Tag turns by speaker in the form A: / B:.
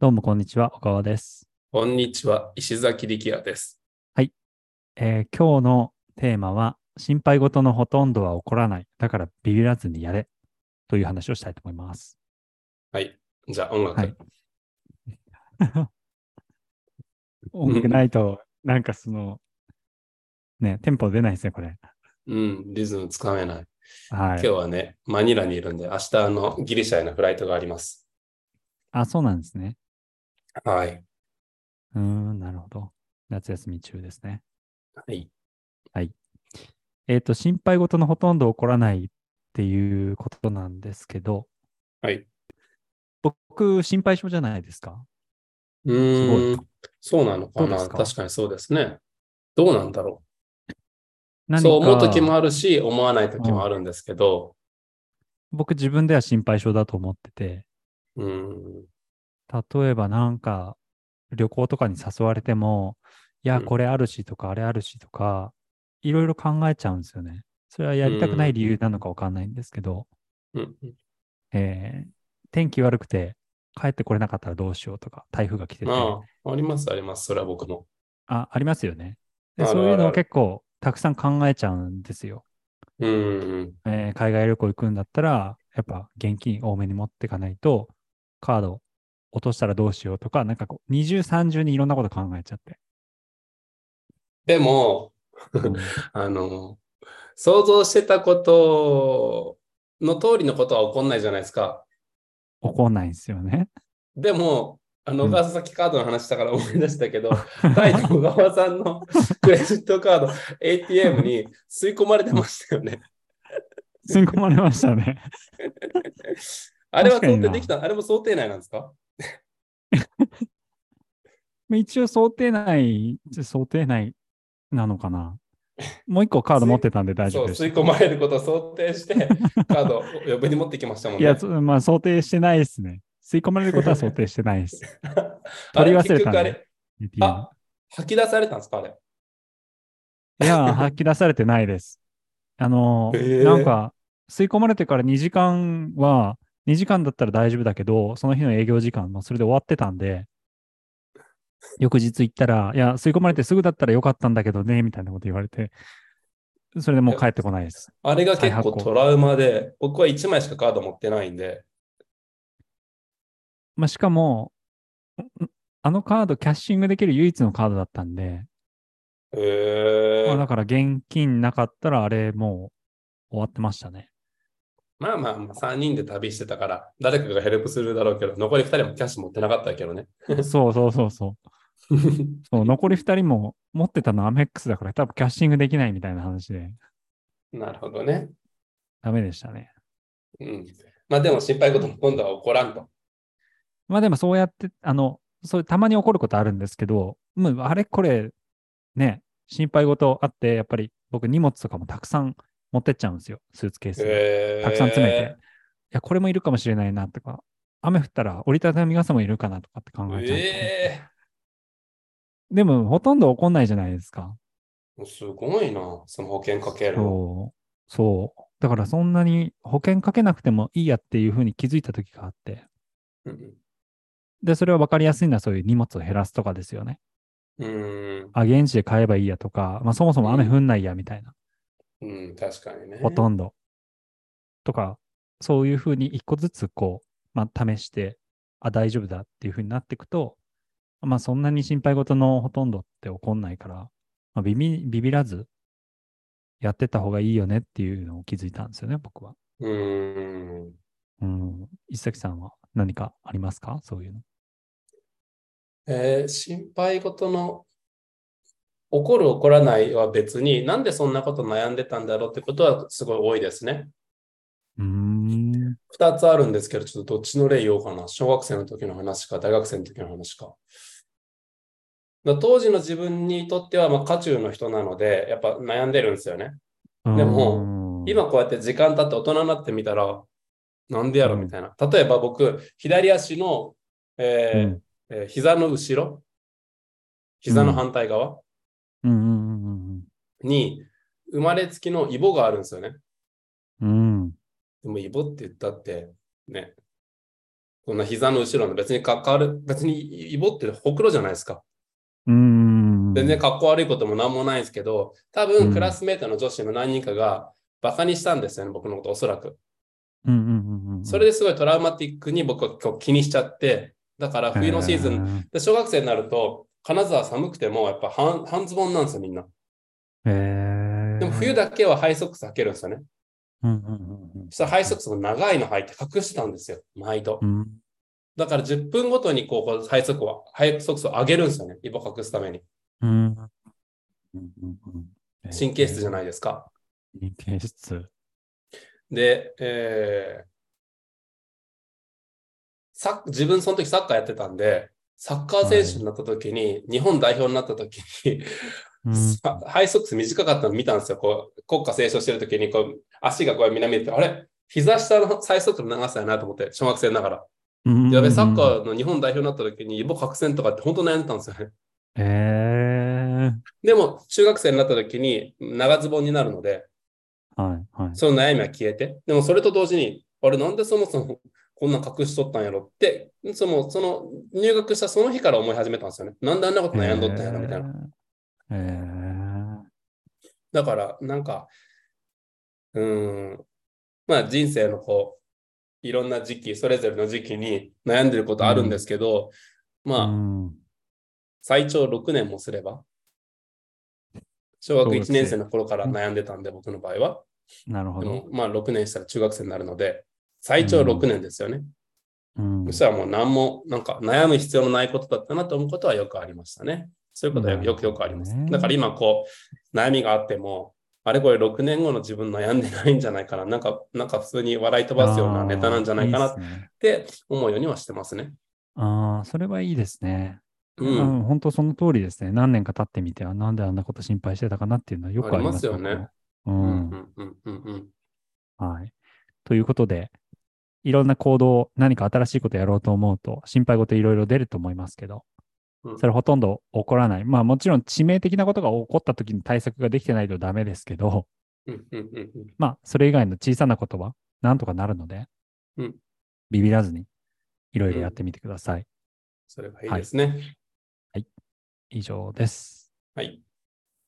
A: どうもこんにちは、小川です。
B: こんにちは、石崎力也です。
A: えー今日のテーマは、心配事のほとんどは起こらない。だからビビらずにやれ。という話をしたいと思い ます。
B: はい。じゃあ音楽。
A: はい音楽ないと、なんかその、ね、テンポ出ないですね、これ。
B: うん、リズムつかめな
A: は
B: い。今
A: い
B: 日。はね、マニラにいるんで、明日あのギリシャへのフライトがあります。
A: あ、そうなんですね。
B: はい。
A: うーん、なるほど。夏休み中ですね。
B: はい。
A: えっ、と、心配事のほとんど起こらないっていうことなんですけど、
B: はい。
A: 僕、心配性じゃないですか。
B: う
A: す
B: ーん、そうなのか
A: どうで
B: な
A: すか
B: 確かにそうですね。どうなんだろう。
A: 何
B: そう思う時
A: か
B: もあるし、思わない時もあるんですけど、
A: 僕自分では心配性だと思ってて、
B: うん、
A: 例えばなんか旅行とかに誘われても、いや、
B: うん
A: これあるしとか、あれあるしとか、いろいろ考えちゃうんですよね。それはやりたくな
B: う
A: い
B: ん
A: 理由なのかわかんないんですけど、
B: うん、
A: えー天気悪くて帰ってこれなかったらどうしようとか、台風が来てて、
B: ああ、あります、あります。それは僕も。
A: あありますよねで。
B: ある
A: そういう
B: ある
A: の
B: あ
A: を
B: る
A: 結構たくさん考えちゃうんですよ。
B: うん、
A: えー海外旅行行くんだったら、やっぱ現金多めに持ってかないと、カード落としたらどうしようとか、なんかこう、二重三重にいろんなこと考えちゃって。
B: でも、
A: うん
B: あの、想像してたことの通りのことは起こんないじゃないですか。
A: 怒んないんですよ ね。
B: でも、あの、
A: うん
B: 小川さんさっきカードの 話したから思い出したけど、タイの小川さんのクレジットカード、ATM に吸い込まれてましたよね。
A: 吸い込まれましたね。
B: あれ
A: 確
B: は
A: か
B: 想
A: にな
B: 定できたあれも想定内なんですか
A: まあ一応想定内、想定内なのかな。もう一個カード持ってたんで大丈
B: そう、
A: 夫です。
B: 吸い込まれることを想定して、カードを 余分に持ってきましたもん
A: い
B: ね
A: や、。そまあ想定してないですね。吸い込まれることは想定してないです。
B: あ
A: 取
B: れ
A: り忘れたんだ
B: は結局あれ、
A: ATM
B: あ、吐き出されたんですかあれ。
A: いや、吐き出されてないです。 あの、
B: へえ
A: なんか、吸い込まれてから2時間は、2時間だったら大丈夫だけど、その日の営業時間、まあ、それで終わってたんで、翌日行ったら、いや、吸い込まれてすぐだったらよかったんだけどね、みたいなこと言われて、それでもう帰ってこないです。
B: あれが
A: 再
B: 結
A: 発
B: 構
A: 行
B: トラウマで、僕は1枚しかカード持ってないんで、
A: まあ、しかも、んあのカード、キャッシングできる唯一のカードだったんで、
B: へ
A: まあ
B: ー
A: だから現金なかったら、あれ、もう終わってました ね。
B: まあまあまあ、3人で旅してたから、誰かがヘルプするだろうけど、残り2人もキャッシュ持ってなかったけどね。
A: そうそうそうそう。そう残り2人も持ってたのアメックスだから多分キャッシングできないみたいな話で
B: なるほどね。
A: ダメでしたね。
B: うん。まあでも心配事も今度は起こらんと。
A: まあでもそうやって、あの、そうたまに起こることあるんですけど、もうあれこれ、ね、心配事あって、やっぱり僕荷物とかもたくさん持ってっちゃうんですよ、スーツケースに。い
B: へー
A: たくさん詰めてや、これもいるかもしれないなとか、雨降ったら折りたたみ傘もいるかなとかって考えちゃう。
B: え
A: でもほとんど起こんないじゃないですか。
B: えすごいな、その保険かけるの。
A: そう。そう。だからそんなに保険かけなくてもいいやっていうふうに気づいた時があって。
B: うん
A: で、それは分かりやすいのはそういう荷物を減らすとかですよね。
B: うん、
A: あ、現地で買えばいいやとか、まあ、そもそも雨降んないやみたいな、
B: うん、確かにね。
A: ほとんど。とか、そういうふうに一個ずつこう、まあ、試して、あ、大丈夫だっていうふうになっていくと、まあ、そんなに心配事のほとんどって起こんないから、まあ、ビビビビらず、やってった方がいいよねっていうのを気づいたんですよね、僕は。
B: うん。
A: うん。石崎さんは何かありますかそういうの。
B: えー心配事の起こる起こらないは別に、なんでそんなこと悩んでたんだろうってことはすごい多いですね。
A: うーん。
B: 2つあるんですけど、ちょっとどっちの例言おうかな。小学生の時の話か、大学生の時の話か。だ当時の自分にとっては、まあ、渦中の人なので、やっぱ悩んでるんですよね。で
A: も、
B: 今こうやって時間経って大人になってみたら、なんでやろみたいな。例えば僕、左足の、えー
A: うん
B: えー膝の後ろ、膝の反対側、
A: うんうんうんうん
B: に生まれつきのイボがあるんですよね。
A: うん。うん。
B: でもイボって言ったってね、こんな膝の後ろの別に関わる、別にイボってほくろじゃないですか。
A: うーん。
B: 全然格好悪いことも何もないんですけど、多分
A: うん
B: クラスメートの女子の何人かがバカにしたんですよね、僕のこと、おそらく。
A: うんうんうんうん。
B: それですごいトラウマティックに僕は今日気にしちゃって、だから冬のシーズン、
A: ン。
B: で小学生になると、金沢寒くてもやっぱ半半ズボンなんですよ、みんな。
A: へえ。
B: でも冬
A: だ。
B: だけはハイソックス履けるんですよね。
A: うんうんうんうん
B: そしたらハイソックスも長いの履いて隠してたんですよ、毎度。
A: うん。
B: だから10分ごとにこうこうハイソックスを、ハイソックスを上げるんですよね、イボ隠すために。
A: うん。うんうんうん
B: 神経質じゃ
A: ない。
B: ないですか。
A: 神経質。
B: で、えーサッ自分その時サッカーやってたんで、サッカー選手になった時に、日本代表になった時に、
A: うん
B: さハイソックス短かったの見たんですよ。こう国歌斉唱してる時にこう足がこう南って、あれ膝下のハイソックスの長さやなと思って、小学生ながら。やべ、サッカ。
A: うんうんうん
B: ーの日本代表になった時に、イボ角栓とかって本当悩んでたんですよね。
A: へえ。
B: でも、中学生になった時に長ズボンになるので、
A: はいはい。
B: その悩みは消えて、でもそれと同時に、あれ、なんでそもそもこんなん隠しとったんやろって、そのその入学したその日から思い始めたんですよね。なんであんなこと悩んどったんやろみたいな。
A: へえ。へ
B: だから、なんか、うーん、まあ人生のこう、いろんな時期、それぞれの時期に悩んでることあるんですけど、
A: え。
B: まあ、
A: うん
B: 最長6年もすれば、小学1年生の頃から
A: うん
B: 悩んでたんで、僕の場合は。
A: なるほ
B: で
A: ど。
B: も、まあ6年したら中学生になるので、最長6年ですよね。
A: うん
B: そしたらもう何も、なんか悩む必要のないことだったなと思うことはよくありましたね。そういうことはよくよくよくあります
A: なるほど。ね
B: だから今こう、悩みがあっても、あれこれ6年後の自分悩んでないんじゃないかな。なんか、なんか普通に笑い飛ばすようなネタなんじゃないかな
A: あ
B: っ
A: ーいいっすね
B: て思うようにはしてますね。
A: あー、それはいいですね。
B: う。
A: うんん、本当その通りですね。何年か経ってみて、あなんであんなこと心配してたかなっていうのはよくあります
B: ありますよね。
A: 僕
B: う
A: もうん
B: ん。うん。うん。うん。
A: はい。ということで、いろんな行動、何か新しいことやろうと思うと、心配事いろいろ出ると思いますけど
B: う、ん
A: それほとんど起こらない。まあもちろん致命的なことが起こった時に対策ができてないとダメですけど、
B: うん。うん。うん。うん。
A: まあそれ以外の小さなことはなんとかなるので、
B: うん
A: ビビらずにいろいろやってみてください。
B: それがいいですね。
A: 以上です。
B: はい。